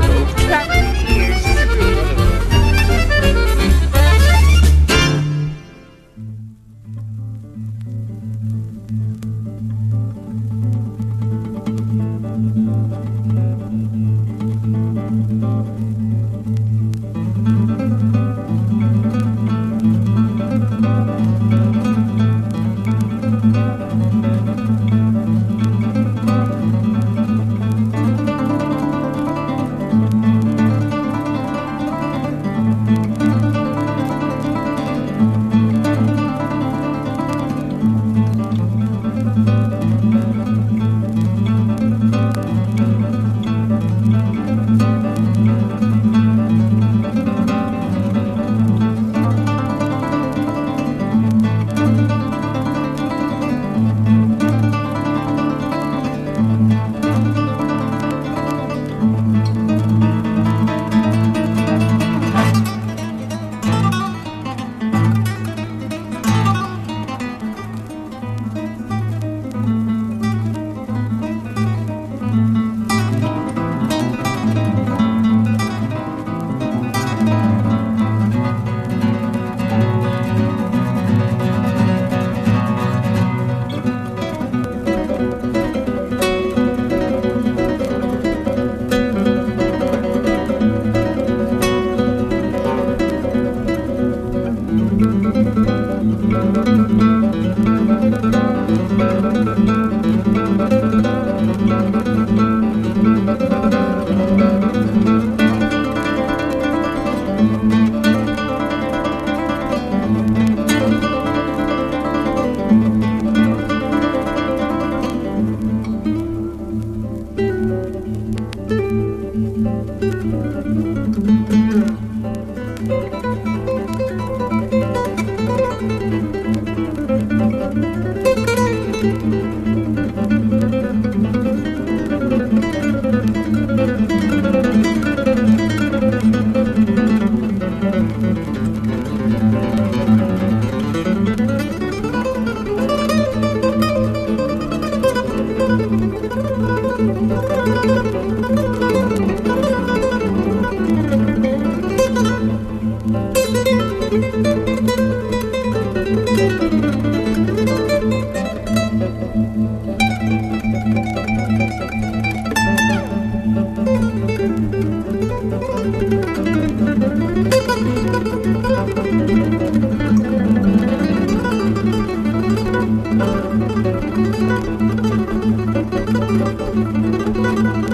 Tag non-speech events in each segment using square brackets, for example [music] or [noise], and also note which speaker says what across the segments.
Speaker 1: 朵。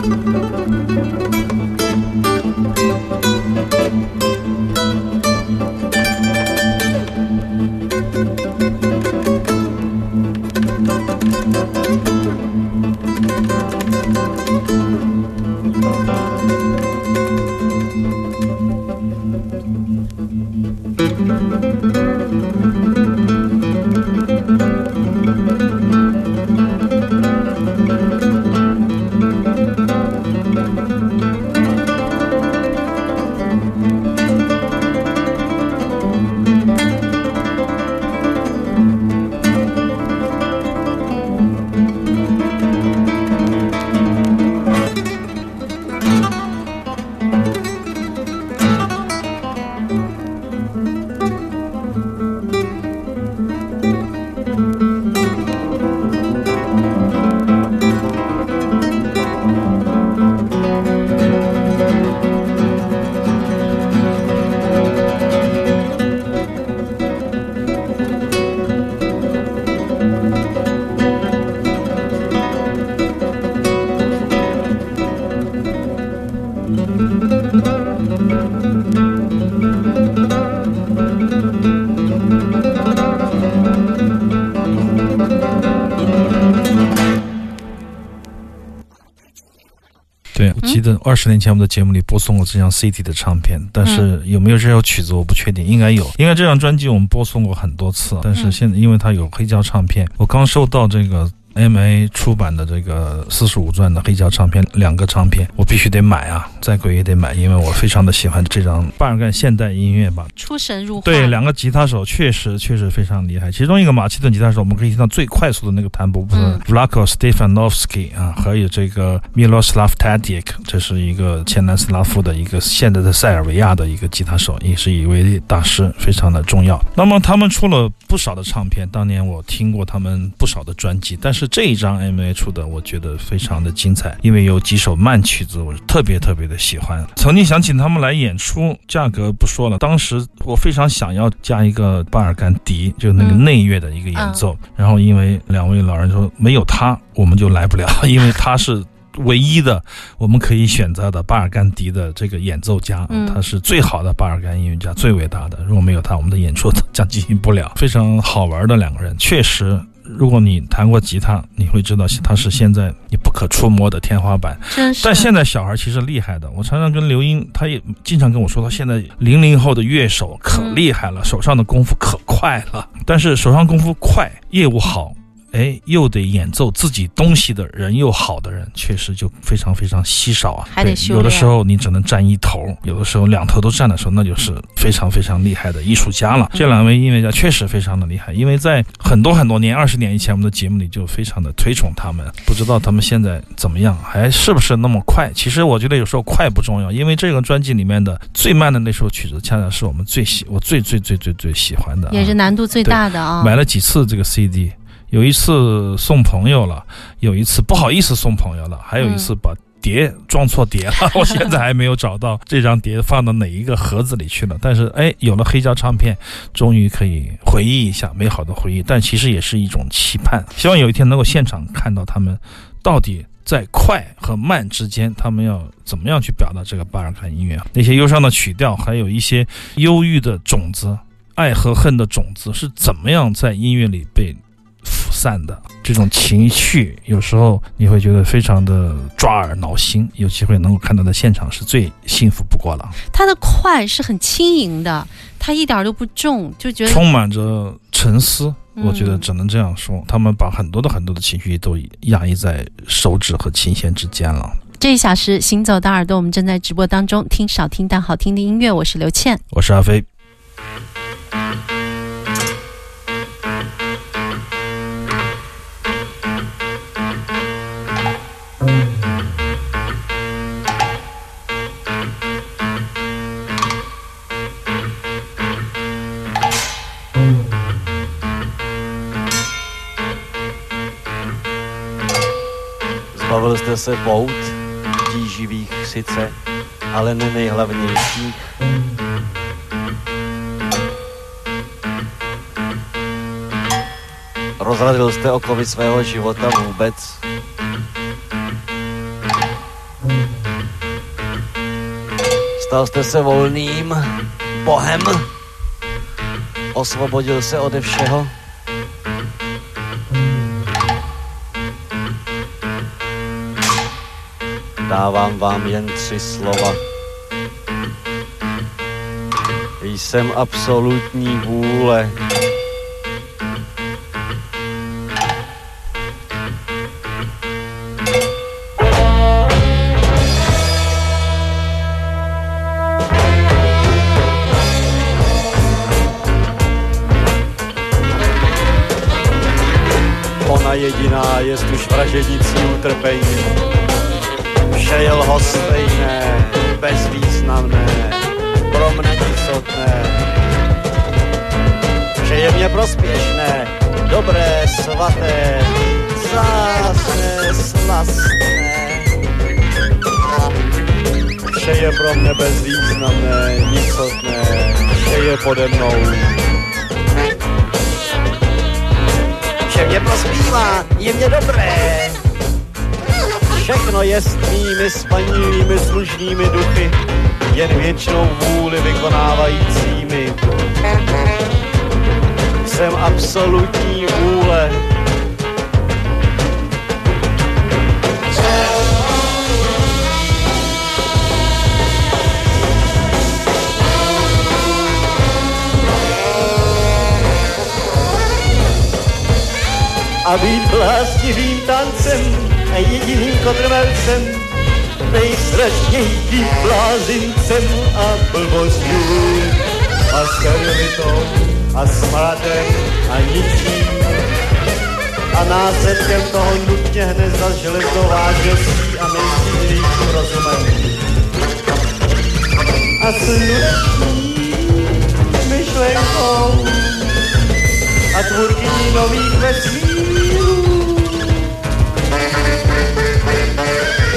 Speaker 2: Thank
Speaker 3: 期的二十年前我们的节目里播送过这张 CD 的唱片，但是有没有这首曲子我不确定，应该有，因为这张专辑我们播送过很多次，但是现在因为它有黑胶唱片，我刚收到这个。M A 出版的这个四十五转的黑胶唱片，两个唱片我必须得买啊，再贵也得买，因为我非常的喜欢这张巴尔干现代音乐吧，
Speaker 4: 出神入化。
Speaker 3: 对，两个吉他手确实确实非常厉害。其中一个马其顿吉他手，我们可以听到最快速的那个弹拨部分
Speaker 4: 嗯
Speaker 3: v l a k o Stefanovsky 啊，还有这个 Miloslav Tadic，这是一个前南斯拉夫的一个现在的塞尔维亚的一个吉他手，也是一位大师，非常的重要。那么他们出了不少的唱片，当年我听过他们不少的专辑，但是这一张 M A 出的，我觉得非常的精彩，因为有几首慢曲子，我是特别特别的喜欢。曾经想请他们来演出，价格不说了，当时我非常想要加一个巴尔干笛，就是那个
Speaker 4: 嗯
Speaker 3: 内乐的一个演奏。然后因为两位老人说没有他我们就来不了， [laughs] 因为他是。唯一的我们可以选择的巴尔干笛的这个演奏家，
Speaker 4: 嗯
Speaker 3: 他是最好的巴尔干音乐家，最伟大的。如果没有他，我们的演出将进行不了。 [laughs] 非常好玩的两个人，确实，如果你弹过吉他，你会知道他是现在你不可触摸的天花板。
Speaker 4: 真是。
Speaker 3: 但现在小孩其实厉害的，我常常跟刘英，他也经常跟我说，他现在零零后的乐手可
Speaker 4: 嗯
Speaker 3: 厉害了，手上的功夫可快了。但是手上功夫快，业务好，哎，又得演奏自己东西的人又好的人，确实就非常非常稀少啊。
Speaker 4: 还得
Speaker 3: 对
Speaker 4: 修
Speaker 3: 有的
Speaker 4: 炼
Speaker 3: 时候你只能占一头，有的时候两头都占的时候，那就是非常非常厉害的艺术家了。这两位音乐家确实非常的厉害，因为在很多很多年，二十年以前，我们的节目里就非常的推崇他们。不知道他们现在怎么样，还是不是那么快？其实我觉得有时候快不重要，因为这个专辑里面的最慢的那首曲子，恰恰是我们最喜我最最最最最喜欢的、啊，
Speaker 4: 也是难度最大的啊、
Speaker 3: 买了几次这个 CD，有一次送朋友了，有一次不好意思送朋友了，还有一次把碟装错碟了，我现在还没有找到这张碟放到哪一个盒子里去了。但是哎，有了黑胶唱片，终于可以回忆一下美好的回忆，但其实也是一种期盼，希望有一天能够现场看到他们到底。在快和慢之间，他们要怎么样去表达这个巴尔干音乐？啊那些忧伤的曲调，还有一些忧郁的种子，爱和恨的种子是怎么样在音乐里被腐散的？这种情绪有时候你会觉得非常的抓耳挠心，有机会能够看到在现场是最幸福不过了，啊
Speaker 4: 它的快是很轻盈的，它一点儿都不重，就觉得
Speaker 3: 充满着沉思。
Speaker 4: 嗯
Speaker 3: 我觉得只能这样说，他们把很多的很多的情绪都压抑在手指和琴弦之间了。
Speaker 4: 这一小时行走的耳朵，我们正在直播当中，听少听但好听的音乐。我是刘
Speaker 3: [laughs]
Speaker 4: 倩，
Speaker 3: 我是阿飞。
Speaker 5: Zbavil jste se pout, tíživých sice, ale ne nejhlavnějších. Rozradil jste okovy svého života vůbec. Stal jste se volným bohem. Osvobodil se ode všeho. Dávám vám jen tři slova. Jsem absolutní vůle. Ona jediná je už vražedicí utrpení. Vše je lhostejné, bezvýznamné, pro mne nicotné. Vše je mě prospěšné, dobré, svaté, zásné, slastné. Vše je pro mne bezvýznamné, nicotné, vše je pode mnou. Vše mě prospívá, je mě dobré, Všechno je s tvými spanilými slušnými duchy, jen věčnou vůli vykonávajícími. Jsem absolutní vůle. a být bláznivým tancem a jediným kotrmelcem, nejstrašnějším blázincem a blbostů. A sterilitou a smátem a ničím. A následkem toho nutně hned za železnou vážností a nejsilnějším rozumem. A sluneční myšlenkou a tvůrkyní nových vesmírů.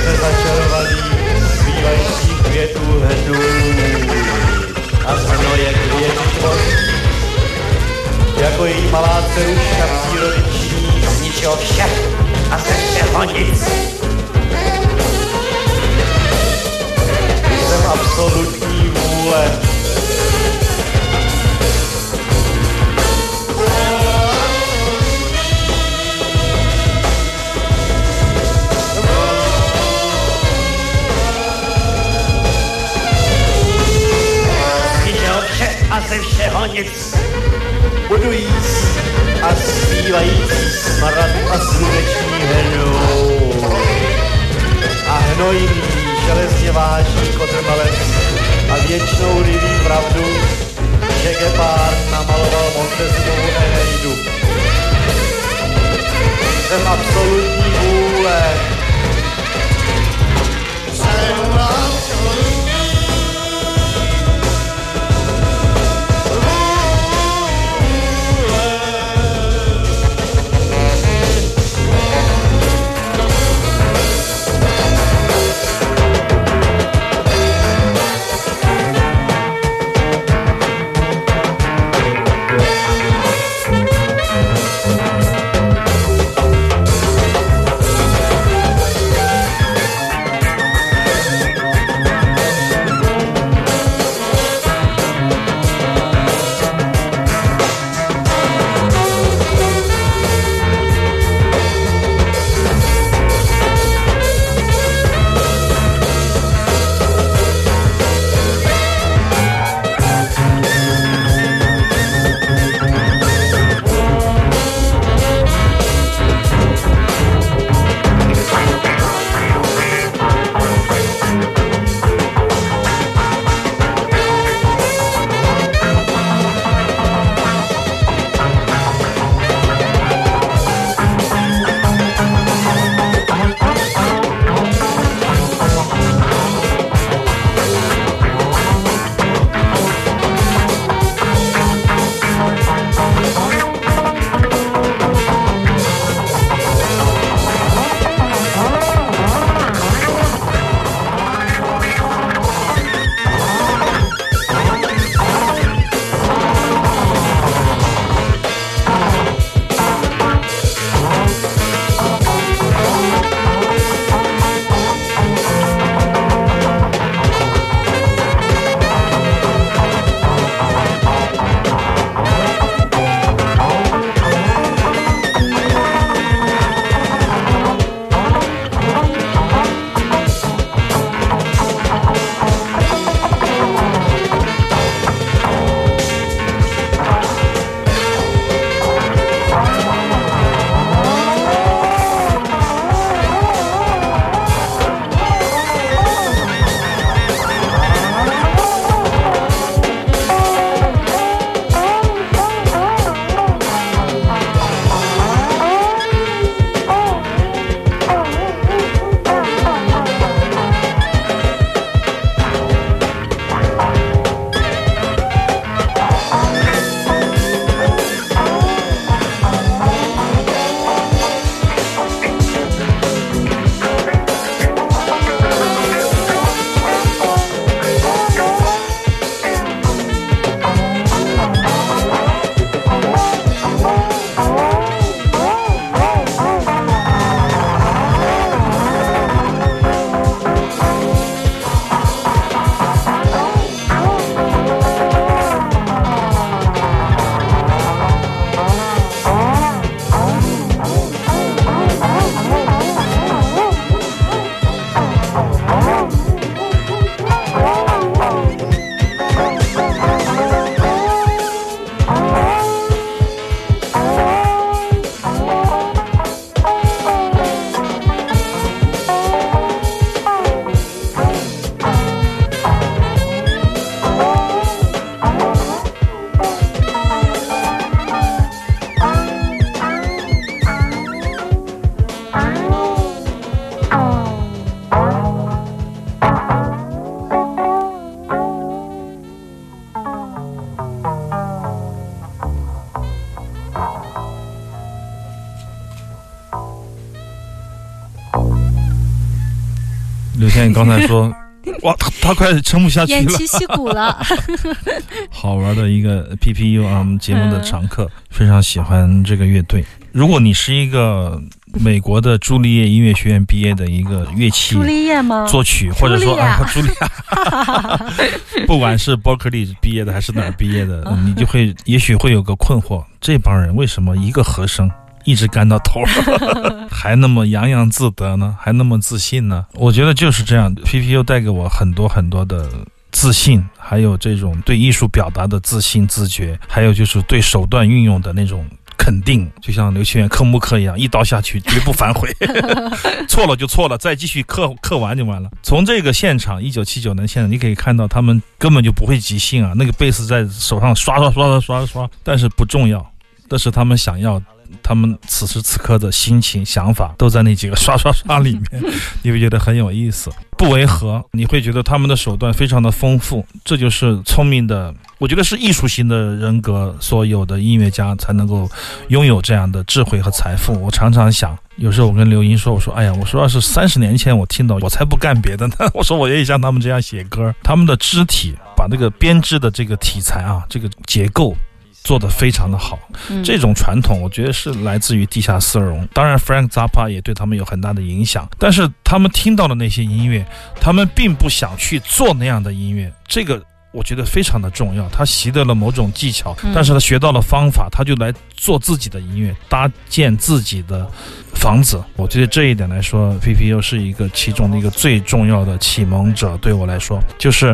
Speaker 5: Se začarovaný zpívající květů hedů a znoje květů. Jako její malá ceruška přírody činí z ničeho všech a ze všeho nic. Jsem absolutní vůle, z ničeho vše a ze všeho nic. Budu jíst a zpívající smrad a sluneční hnou. A hnojný železně váží kotrmelec a věčnou liví pravdu, že Gepard namaloval Montezumu Eneidu. Jsem absolutní vůle. Jsem
Speaker 3: 就像你刚
Speaker 4: [laughs]
Speaker 3: 才说，哇，他他快撑不下去
Speaker 4: 偃
Speaker 3: 了。
Speaker 4: 旗息鼓
Speaker 3: [laughs]
Speaker 4: 了。
Speaker 3: 好玩的一个 PPU 啊，我们节目的常客，
Speaker 4: 嗯
Speaker 3: 非常喜欢这个乐队。如果你是一个美国的朱丽叶音乐学院毕业的一个乐器
Speaker 4: 朱丽叶吗？ [laughs]
Speaker 3: 作曲，或者
Speaker 4: 嗯朱
Speaker 3: 说
Speaker 4: 莉亚
Speaker 3: 啊，朱莉 [laughs] 亚，不管是伯克利毕业的还是哪儿毕业的，嗯你就会也许会有个困惑：这帮人为什么一个和声一直干到头儿，还那么洋洋自得呢？还那么自信呢？我觉得就是这样，PPU 带给我很多很多的。自信，还有这种对艺术表达的自信、自觉，还有就是对手段运用的那种肯定，就像刘清源刻木刻一样，一刀下去绝不反悔。 [laughs] 错了就错了，再继续刻刻完就完了。从这个现场，一九七九年现场，你可以看到他们根本就不会即兴啊，那个贝斯在手上刷刷刷刷刷刷，但是不重要，那是他们想要。他们此时此刻的心情、想法都在那几个刷刷刷里面， [laughs] 你会觉得很有意思，不违和。你会觉得他们的手段非常的丰富，这就是聪明的，我觉得是艺术型的人格所有的音乐家才能够拥有这样的智慧和财富。我常常想，有时候我跟刘英说，我说，哎呀，我说要是三十年前我听到，我才不干别的呢。 [laughs] 我说我也像他们这样写歌，他们的肢体把那个编织的这个题材啊，这个结构。做得非常的好，
Speaker 4: 嗯
Speaker 3: 这种传统我觉得是来自于地下丝绒。当然，Frank Zappa 也对他们有很大的影响。但是他们听到的那些音乐，他们并不想去做那样的音乐，这个我觉得非常的重要。他习得了某种技巧
Speaker 4: 嗯，
Speaker 3: 但是他学到了方法，他就来做自己的音乐，搭建自己的房子。我觉得这一点来说，PPU 是一个其中的一个最重要的启蒙者。对我来说，就是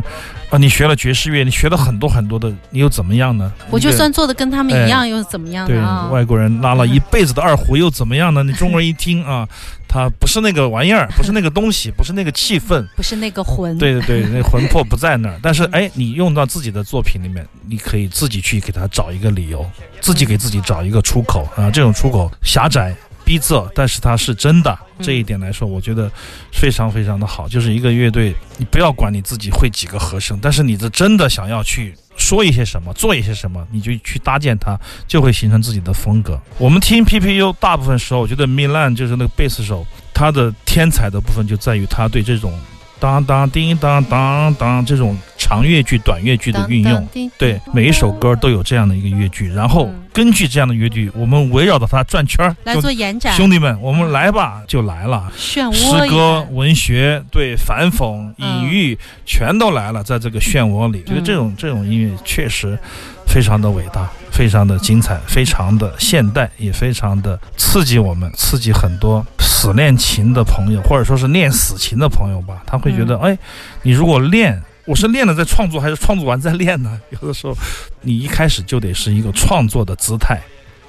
Speaker 3: 啊，你学了爵士乐，你学了很多很多的，你又怎么样呢？
Speaker 4: 嗯我就
Speaker 3: 一个
Speaker 4: 算做的跟他们一样，又怎么样
Speaker 3: 哎对
Speaker 4: 呢？啊，
Speaker 3: 外国人拉了一辈子的二胡又怎么样呢？你中国人一听啊，他不是那个玩意儿，不是那个东西，不是那个气氛，
Speaker 4: 不是那个魂。
Speaker 3: 对对对，那魂魄不在那儿。但是哎，你用到自己的作品里面，你可以自己去给他找一个理由，自己给自己找一个出口啊。这种出口狭窄、逼仄，但是它是真的。这一点来说，我觉得非常非常的好。就是一个乐队，你不要管你自己会几个和声，但是你这真的想要去。说一些什么，做一些什么，你就去搭建它，就会形成自己的风格。我们听 PPU 大部分时候，我觉得 Milan 就是那个贝斯手，他的天才的部分就在于他对这种当当叮当当当这种长乐句、短乐句的
Speaker 4: 当
Speaker 3: 运用
Speaker 4: 当。叮
Speaker 3: 对，每一首歌都有这样的一个乐句，然后
Speaker 4: 嗯
Speaker 3: 根据这样的乐句，我们围绕着它转圈儿。
Speaker 4: 来
Speaker 3: 兄
Speaker 4: 做延展，
Speaker 3: 兄弟们，我们来吧，就来了。
Speaker 4: 漩涡
Speaker 3: 诗
Speaker 4: 一
Speaker 3: 歌、
Speaker 4: 样
Speaker 3: 文学、对反讽、
Speaker 4: 嗯
Speaker 3: 隐喻，全都来了，在这个漩涡里，觉得这种这种音乐确实非常的伟大，非常的精彩，非常的现代，也非常的刺激我们，刺激很多死练琴的朋友，或者说是练死琴的朋友吧，他会觉得，
Speaker 4: 嗯
Speaker 3: 哎，你如果练。我是练了再创作，还是创作完再练呢？有的时候，你一开始就得是一个创作的姿态，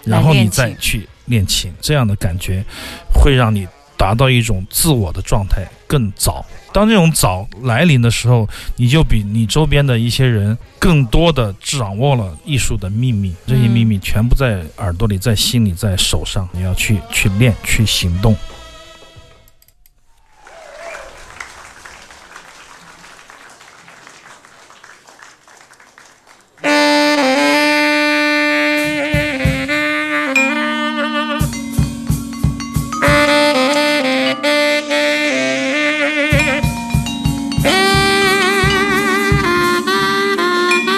Speaker 3: 然
Speaker 4: 来
Speaker 3: 后你
Speaker 4: 练琴
Speaker 3: 再去练琴，这样的感觉会让你达到一种自我的状态更早。当这种早来临的时候，你就比你周边的一些人更多的掌握了艺术的秘密，
Speaker 4: 嗯
Speaker 3: 这些秘密全部在耳朵里，在心里，在手上，你要去去练，去行动。
Speaker 6: Thank you.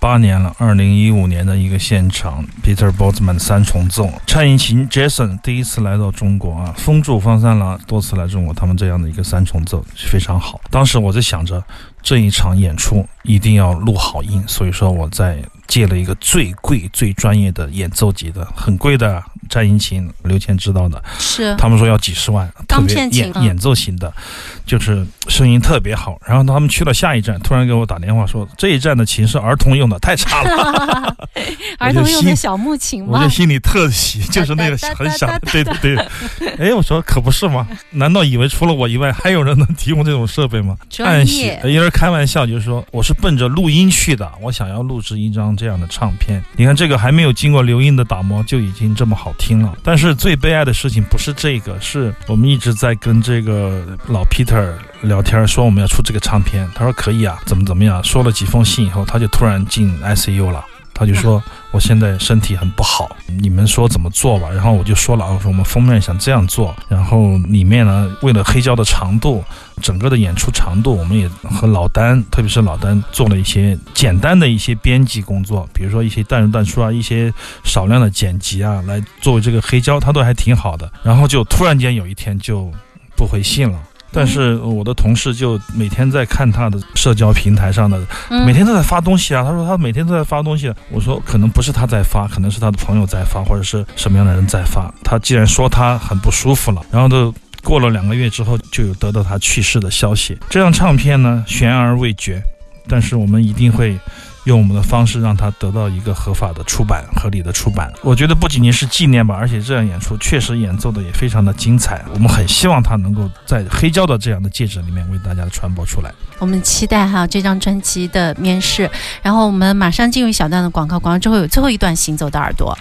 Speaker 3: 八年了，二零一五年的一个现场，Peter Botzman 三重奏，蔡依琴 Jason 第一次来到中国啊，风住方三郎多次来中国，他们这样的一个三重奏非常好。当时我就想着这一场演出一定要录好音，所以说我在借了一个最贵、最专业的演奏级的，很贵的啊蔡依琴，刘谦知道的，
Speaker 4: 是
Speaker 3: 他们说要几十万，特
Speaker 4: 钢
Speaker 3: 别
Speaker 4: 片
Speaker 3: 演
Speaker 4: 琴嗯
Speaker 3: 演奏型的，就是声音特别好。然后他们去了下一站，突然给我打电话说这一站的琴是儿童用的，太差
Speaker 4: [laughs]
Speaker 3: 了。
Speaker 4: 儿童用的小木琴
Speaker 3: 我
Speaker 4: 吗
Speaker 3: 就？心里特喜，就是那个
Speaker 4: 哒哒
Speaker 3: 很小的，
Speaker 4: 哒
Speaker 3: 对对对。哎，我说可不
Speaker 4: [laughs]
Speaker 3: 是吗？难道以为除了我以外还有人能提供这种设备吗？
Speaker 4: 专
Speaker 3: 暗喜呃
Speaker 4: 业，，
Speaker 3: 有人开玩笑就是说我是奔着录音去的，我想要录制一张这样的唱片。你看这个还没有经过刘音的打磨就已经这么好听了。但是最悲哀的事情不是这个，是我们一直在跟这个老 Peter 聊天，说我们要出这个唱片，他说可以啊，怎么怎么样，说了几封信以后，他就突然进 ICU 了。他就说：“
Speaker 4: 嗯
Speaker 3: 我现在身体很不好，你们说怎么做吧。”然后我就说了啊，我说我们封面想这样做，然后里面呢，为了黑胶的长度，整个的演出长度，我们也和老丹，特别是老丹做了一些简单的一些编辑工作，比如说一些淡入淡出啊，一些少量的剪辑啊，来作为这个黑胶，它都还挺好的。然后就突然间有一天就不回信了。但是我的同事就每天在看他的社交平台上的，
Speaker 4: 嗯
Speaker 3: 每天都在发东西啊。他说他每天都在发东西。啊我说可能不是他在发，可能是他的朋友在发，或者是什么样的人在发。他既然说他很不舒服了，然后都过了两个月之后，就有得到他去世的消息。这张唱片呢，悬而未决，但是我们一定会用我们的方式让它得到一个合法的出版、合理的出版。我觉得不仅仅是纪念吧，而且这样演出确实演奏的也非常的精彩。我们很希望它能够在黑胶的这样的介质里面为大家传播出来。
Speaker 4: 我们期待哈这张专辑的面世。然后我们马上进入一小段的广告，广告之后有最后一段《行走的耳朵》。